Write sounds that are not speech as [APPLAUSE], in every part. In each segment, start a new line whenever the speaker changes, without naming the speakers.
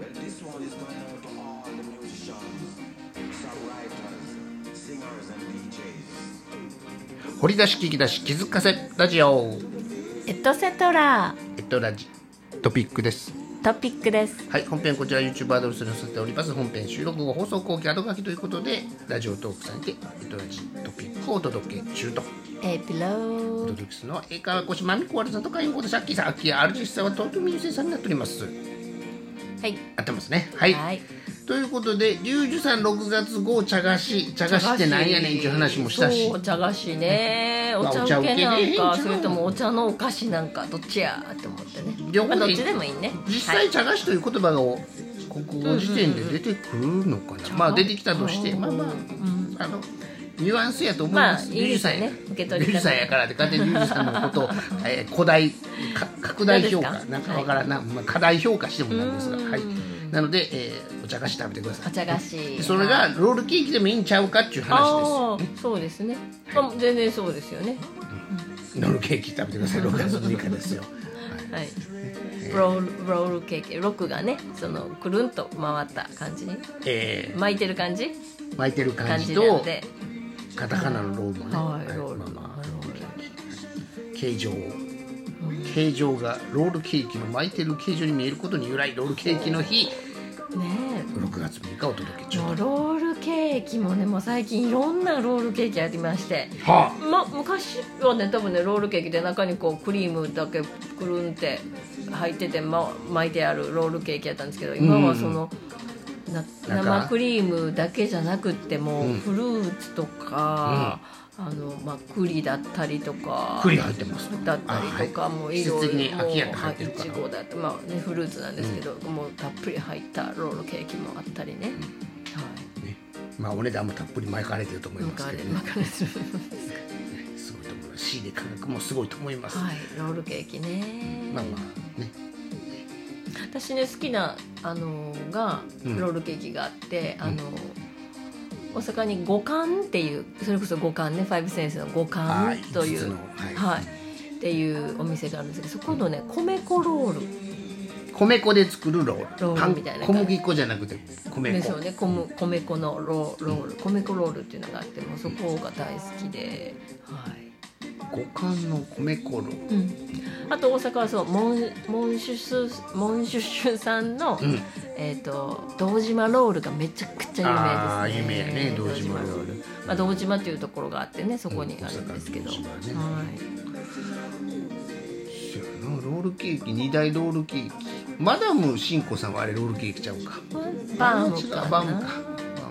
is planned for all the musicians, songwriters, singers, and DJs.
掘り出し聞き出し気づかせラジオ
エトセトラ
えっとラジトピックです
トピックです
はい本編こちら YouTube アドレスに載せております本編収録後放送後期アド書きということでラジオトークさんでえっとラジトピックをお届け中と
エピロ
お
ー
届けするのは英会話講師マミコワルさんとかインコとシャッキーさんアッキー RJ さんは東京ミュージシャンさんになっております
はい
合ってますねはい、
はい
ということでリュウジュさん6月号茶菓子茶菓子ってなんやねんっていう話もしたし
そう茶菓子ねお
まあ
茶
お茶
受けな
受け
ん
で
か
いいんちゃう
それともお茶のお菓子なんかどっちやって思ってね
両方
まあ
で
どっちでもいいね
実
はい
際茶菓子という言葉が国語辞典で出てくるのかな、まあ出てきたとしてまあまあ、あのニュアンスやと思います、
まあ
リュウジュさんや
いいですね受け取
リュウ
り方
ジュさんやからって勝手にリュウジュさんの
[LAUGHS]
ことを、えー、古代か拡大評
どうで
価
すか
なんかわからんな、まあ、過大評価してもなんですが、
うん
はい、なので、えーお茶菓子食べてくださ
お
い
茶菓子
でそれがロールケーキでもいいんちゃうかっていう話です
ああーそうですね、まあ、全然そうですよね
ロールケーキ食べてくだ
[LAUGHS]
さい。6月6日ですよ。
はいロールロールケーキロックがねそのくるんと回った感じに
え
巻いてる感じ
ー、巻いてる感
感
じ
じなの
と
で
カタカナのロールもね。
はいロール
まあまあ
ロール
形状を形状がロールケーキの巻いてる形状に見えることに由来ロールケーキの日
ねえ
6月6日お届け中
もう
と
ロールケーキもねもう最近いろんなロールケーキありまして
は
ま、昔はね多分ねロールケーキで中にこうクリームだけくるんって入ってて、ま、巻いてあるロールケーキやったんですけど今はその、な
なんか
生クリームだけじゃなくってもうフルーツとか、あのまあ、栗だったりとか
あ栗入ってます
だったりとか、
あはい
もう
季
いろ
節
い
的に
ろもう
秋やって入
は
って
い
る
い
から
ちごだってまあねフルーツなんですけど、もうたっぷり入ったロールケーキもあったりね、はい
ねまあお値段もたっぷり巻かれてると思い
なん
ま
か
す
あ
け
れ
ど
なん
ね
かあれする
すごいと思います仕入れ価格もすごいと思います、
はいロールケーキね、
まあまあね
私ね好きなあのーが
うん
ロールケーキがあって、あのー大阪に五感っていうそれこそ五感ねファイブセンスの五
は
感
い
とい
五つ
う
のはい
はいっていうお店があるんですけどそこのね米粉ロール
米粉で作るロール
ロール
パン
みたいな
小麦粉じゃなくて米
で
粉
すよね小む米粉のローロール米粉ロールっていうのがあってもうそこが大好きで、はい
五感の米粉ロール
うん、あと大阪はそうモンモンシュシュモンシュシュさんの、
うん
えっ、と堂島ロールがめちゃくち
あ
ゃ
あ
有
有
名
名
で
や
すね。
ね堂島ロール。
まあ堂島っていうところがあってねそこにあるんですけど。
うん大阪堂島ね
はい。
そうやなロールケーキ二大ロールケーキマダムシンコさんはあれロールケーキちゃうか
バームかな。
バームか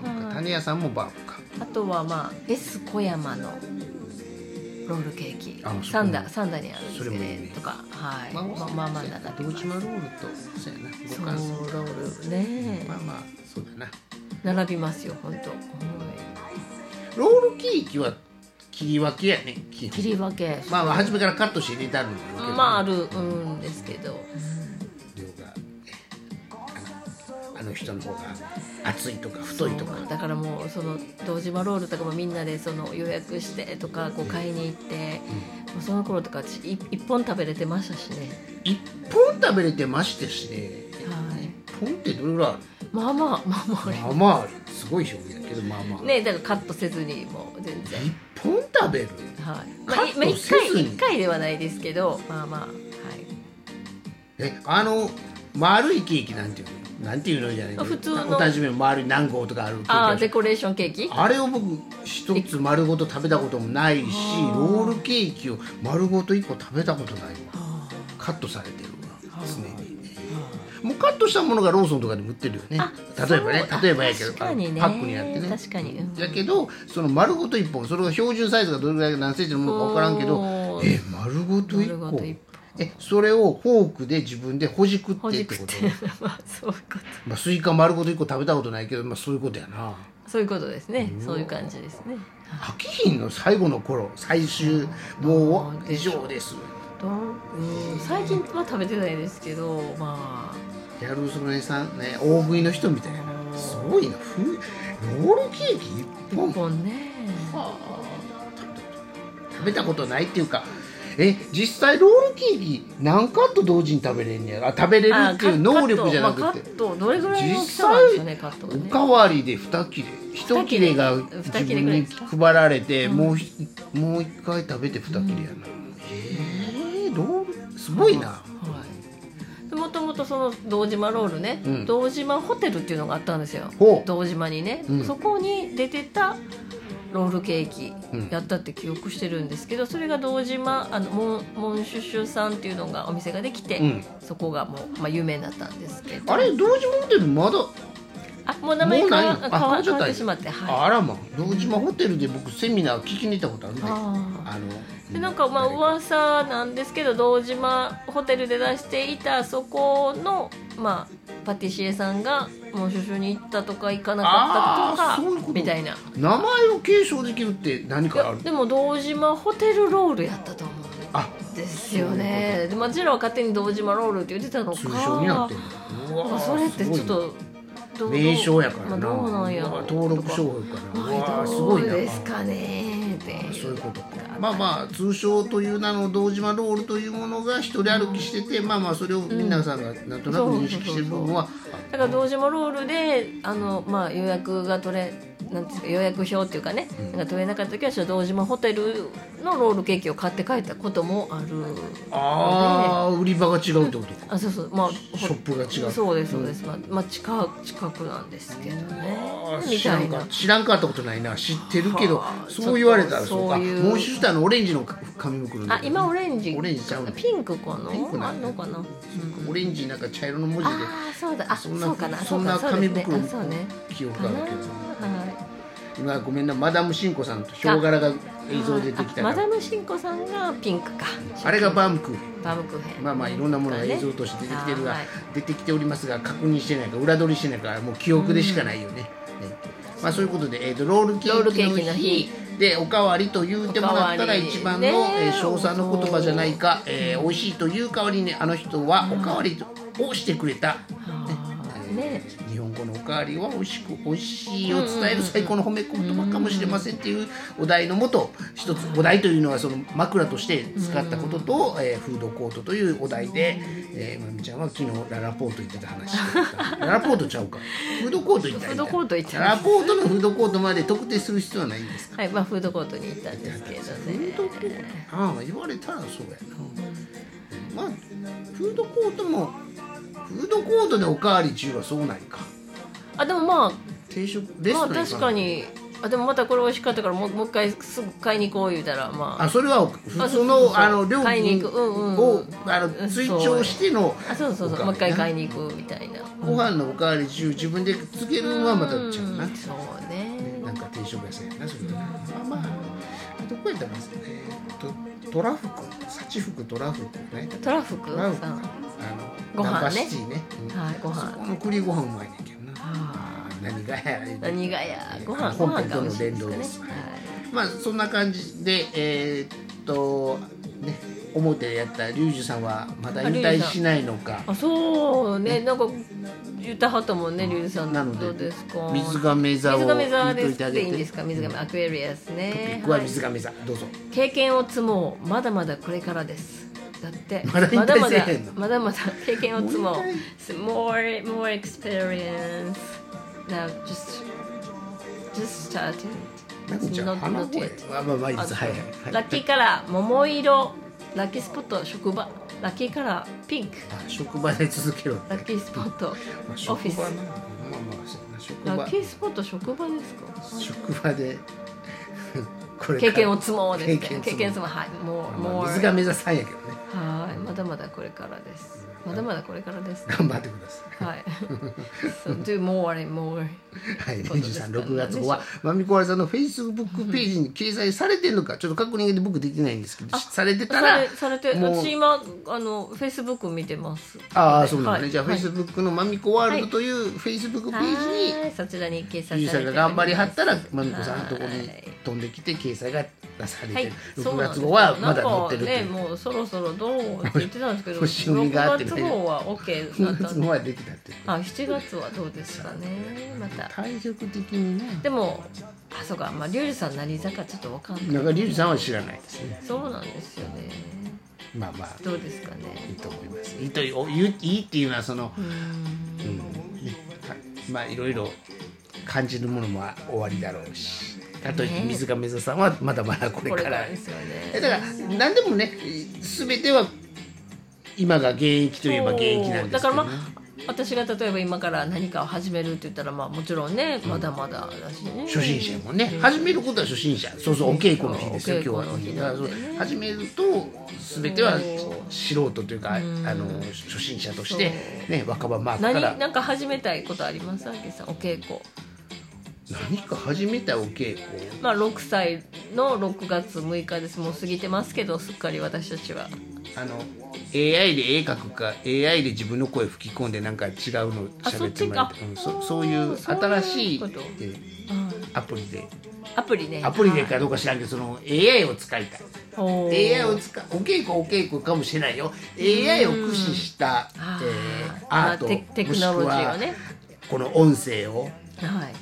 バーム
は
か
い
種屋さんもバームか
あとはまあベス小山のロールケーキ
あそう
サンダサンダにあるんですけ
それも有名
どとかはい。まあ
まあ
まあまあなかった
堂島ロールとそうやな
そ
五
う
感さん
ロールね
まあまあそうだな
並びますよ本当。はい
ロールケーキは切り分けやね基
切り
本
分け。
まあまあ初めからカットして入れてあるんだろうけどね
まああるうんですけど。
量があのあの人の方が厚いとか太いとか
そうだからもうその堂島ロールとかもみんなでその予約してとかこう買いに行って、もうその頃とか私い一本食べれてましたしね
一本食べれてましてしね
はい
一本ってどれぐらいある
まあまあまあまあ、
まあまああるすごい表現だけどまあまあ、
ねだからカットせずにもう全然
一本食べる
はい
カ
まあい
ッ
まあ
ト
一
せず
回
に
一回ではないですけどまあまあはい
えあの丸いケーキなんていうのなんていうのじゃない
あ普通の
お誕生日の丸い何号とかあるケーキ
ああ
あ
デ
る
コレーションケーキ
あれを僕一つ丸ごと食べたこともないしロールケーキを丸ごと一個食べたことないわ
あ
カットされてるわ常にもうカットしたものがローソンとかでも売ってるよね例えばね
そう
例えばやけど
確かにね
あのパックになってね
確かに、うん
やけどその丸ごと1本それが標準サイズがどれぐらい何センチのものか分からんけど
おー
え丸ごと1
丸
本
ごと一
えそれをフォークで自分でほじくっ
ほ
てっ
じ
て
くっ
こと
て [LAUGHS] まあそういうこと
まあ、スイカ丸ごと1個食べたことないけど、まあ、そういうことやな
そういうことですねそういう感じですね
飽きひんの最後の頃最終もう以上です
どううん最近は食べてないですけどま
ギャル曽根さんね大食いの人みたいなすごいなふロールケーキ1
あ
本
一本ね
食べたことないっていうかえ実際ロールケーキ何カット同時に食べれんねやろあ食べれる
あ
っていう能力じゃな
カ
く
ッ
て
トまあカットどれぐらいの大
実
きさなんです
際
かねカットが
お
ね
かわりで2切れ1切れが
二
自
切れ
分
ぐらい
に
ですか
配られてもうひもう1回食べて2切れやな、えー、ロールすごいな
はいでもともとその堂島ロールね、
うん
堂島ホテルっていうのがあったんですよ
ほう
堂島にね、
うん
そこに出てたロールケーキ
うん
やったって記憶してるんですけどそれが堂島あのモンモンシュシュさんっていうのがお店ができて、
うん
そこがもう、まあ、有名になったんですけど
あれ同時モデルまだ、
あもう名前変
も
わ
うないの
変
あ変わ
わ
っちゃった
変わってしまってはい
あらま堂島ホテルで僕セミナー聞きに行ったことあるね
あー
あの
でなんかまあ
誰
噂なんですけど堂島ホテルで出していたそこの、まあ、パティシエさんがもう初々に行ったとか行かなかった
あー
と
そういう
か
こと
みたいない
名前を継承できるって何かあ
や
る
でも堂島ホテルロールやったと思う
あ
んですよねでまあうちらは勝手に堂島ロールって言ってたのか
通称になってるうわ
ま
ー
あそれってちょ
すご
っ
い
とどう
名称やからな、
まあどうなんや
う
ろ
わ登録商
と
標か
から
うわ
は
ー
い
す
ど
ご
う
いな
ですかねっていう
そういうことかまあまあ通称という名の堂島ロールというものが一人歩きしてて、まあまあそれを皆さんがなんとなく認識してる部分は、
だから堂島ロールであの、まあ、予約が取れなんていうんですか予約表っていうかね、なんか取れなかった時は堂島ホテルのロールケーキを買って帰ったこともある
ああー売り場が違うってことか
あそうそうまあほ
ショップが違う
そうですそうです、まあ、まあ、近近くなんですけどね
あー
み
知ら
た
ん
いな
か知らんかったことないな知ってるけど
はあ
そう言われたら
ちょっ
そ
と
うか
そういう
モンシューターのオレンジの紙袋の
あ今オレンジ
オレンジちゃうの
ピンクかな
ピンクな
あんのかな、
オレンジになんか茶色の文字で
ああそうだあ
そ
そ
んな
うかな
そんな
うか
紙袋
そうですねあそうね
記憶
か
が
な
あるけど
はい
今ごめんなマダムシンコさんとヒョウ柄が映像出てきた
あマ
か
ダ
ら
ムシンコさんがピンクか
あれがバームクーヘン
バウムクーヘン
まあまあいろんなものが映像として出てきてるが、
はい
出てきておりますが確認してないか裏取りしてないからもう記憶でしかないよね、ねまあそういうことで、えー、とロールケ
ロー
ー
ル
キ
ケー
の
キの
日
日
でおかわりと言うてもらったら
おかわり
一番の、
ね
えー称賛の言葉じゃないか、えー、美味しいという代わりにあの人はおかわりをしてくれた、
あーね
日本語のおかわりは美味しく美味しいを伝える最高の褒め言葉かもしれませんっていうお題のもと一つお題というのはその枕として使ったことと、えーフードコートというお題で、えー、まみちゃんは昨日ララポート行ってた話してたララポートちゃうかフードコート行った
フードコート行った
ララポートのフードコートまで特定する必要はないんです
はいまあフードコートに行ったんですけどね
ああ言われたらそうやなまあフードコートもフードコートでおかわり中はそうないか
あでもま
定食レ
あ
ス
ま
ト
あ
ラン行
確
な
かにあでもまたこれ美味しかったからもうもう一回すぐ買いに行こう言うたらまあ
あそれは普通
そうそうそう
のあの料
買いに
金
行くうんうん
をあの
うん
追徴しての
あそうそうそうもう一回買いに行くみたいな
ご飯のおかわり中自分でつけるのはまたちゃうな
うんそうね
なんか定食屋さんやなそれとまあまあどこやったかなえーとトラフク幸福トラフクね
トラフク
トラフク
さ
あ
ん
の
ご飯ね
ナンバーシティねうん
はいご
そ
飯
この栗ご飯うまいねんけどな
あ
あー何がや
何がやご飯ご
本
飯
編
が
と
美味
の
しい
連
です
動
かね
です、はいまあそんな感じでえーっとね表でやったリュウジさんはまだ引退しないのか
あそうねなんか言ったはともんねリュウジさん
なので
どうですか
水亀座を
水亀座
見
で
と
す
いてあ
っ
げ
て
て
いいんですか水亀アクエリアス
トピ
ね
ックは
はい
水亀座どうぞ
経験を積もうまだまだこれからですだって
まだ引退
まだまだ
せえへんの
まだまだ経験を積もう
もう
more more experience now just just started
なみちゃん
Not-
花声
not yet
まあまあまあいいですはいはいはい
ラッキーカラー桃色ラッキースポット職場ラッキーカラーピンク
あ職場で続けろ
ラッキースポット
まあ
オフィス
職場なまあまあそうやな職
ラ
場
ッキースポット職場ですか
職場
[LAUGHS]
でこれから
経験を積もうですね
経
経
験
験
積
積
も
もうはいも
う
う
ま
も
あ
う
水亀座さんやけどね
はいまだまだこれからですまだまだこれか
[LAUGHS]
らです
頑張ってください
はい [LAUGHS] so do more and more
はい、
と
23
いうことですか
6月号はまみこわりさんのフェイスブックページに掲載されてるのかちょっと確認で僕できないんですけどされてた
さ [LAUGHS]
ら
れされて
もう
私今あのフェイスブック見てます
ああそうなのね、
はい
じゃあフェイスブックのまみこワールド
はい
というフェイスブックページに、
はいそちらに掲載されて
ゆうさんが頑張りはったらまみこさん
は
の
い
とこに飛んできて掲載が出され
は
て
い
る、、
そ
6
うなんです
月
よ
号はまだ載ってると
なんかね
いう、
もうそろそろどうって言ってたんです
[LAUGHS]
けど
星読みがあって
6
ね
月号は OK だっ
6
た
月
んで
号はできたっていう
あ7月はどうですかねまた
体力的にね
でもあそうかまあリュウジさん何座かちょっとわかんない
だからリュウジさんは知らないですね
そうなんですよね
まあまあ
どうですかね
いいと思いますいいとおいいっていうのはそのうんねかまあいろいろ感じるものも終わりだろうしあと
ね
水亀座さんはまだまだこれ
これ
か
から
ら
ですよ
え
ね
だから何でもね全ては今が現役といえば現役なんですけど、ね、
だからまあ私が例えば今から何かを始めるって言ったらまあもちろんねまだまだだしね、
初心者やもんね始めることは初心者そうそうお稽古の日ですよ
そう
今日
お稽古の日
は
なんで
だから始めると全ては素人というかあの初心者として、ね、若葉マークから
何なんか始めたいことありますあけさんお稽古
何か始めたお稽古
まあ6歳の6月6日ですもう過ぎてますけどすっかり私たちは
あの AI で絵描くか AI で自分の声吹き込んでなんか違うの喋ってもらって
あそっちか
うんそそういう
そういう
新しい
こ
え
と
ーアプリで
アプリね
アプリで
はい
かどうか知らんけどその AI を使いたい
おー
AI を使うお稽古お稽古かもしれないよ AI を駆使した、え
あ
ー
ーま
アー
あ
ト
テテクノロジーをね
もしくはこの音声を
はい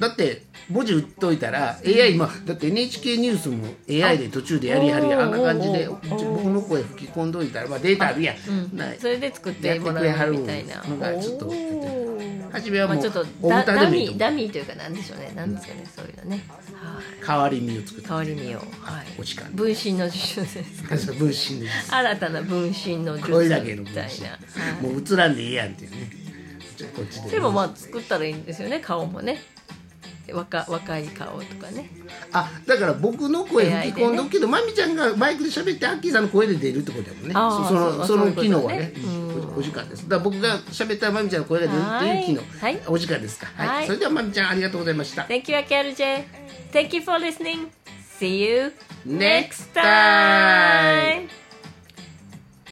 だって文字打っといたら AI まあだって NHK ニュースも AI で途中でやりはり
おー
あんな感じで
おーおー
僕の声吹き込んどいたら、まあ、データあるやん、な
それで作ってもらうみたいな
やってくれはるのがちょっと
おー
初めはもう
まあ、ちょっと
お
ダ
歌で
ダ
もいいと思う
ミーダミーというかなんでしょうねなんですかね、そういうのねはい
代わり身を作って
代わり身をはい
お時間
分身の術ですか
分身です
新たな分身の術
声
み
だけの分
たい
身
な、
もう映らんでええやんっていうねちょこっちで
でもまあ作ったらいいんですよね顔もね若若い顔とかね
あだから僕の声吹き込んどくけど、まみちゃんがマイクで喋ってアッキーさんの声で出るってことだもんね
あー
そのそ
そう
の
そういうこと
機
ね
能はね
うん
おお時間ですだから僕が喋ったらまみちゃんの声が出るっていう機能、
はいはい
お時間ですかはい、
はい
それではまみちゃんありがとうございました
Thank you AKRJ Thank you for listening See you
Next
next
time.
time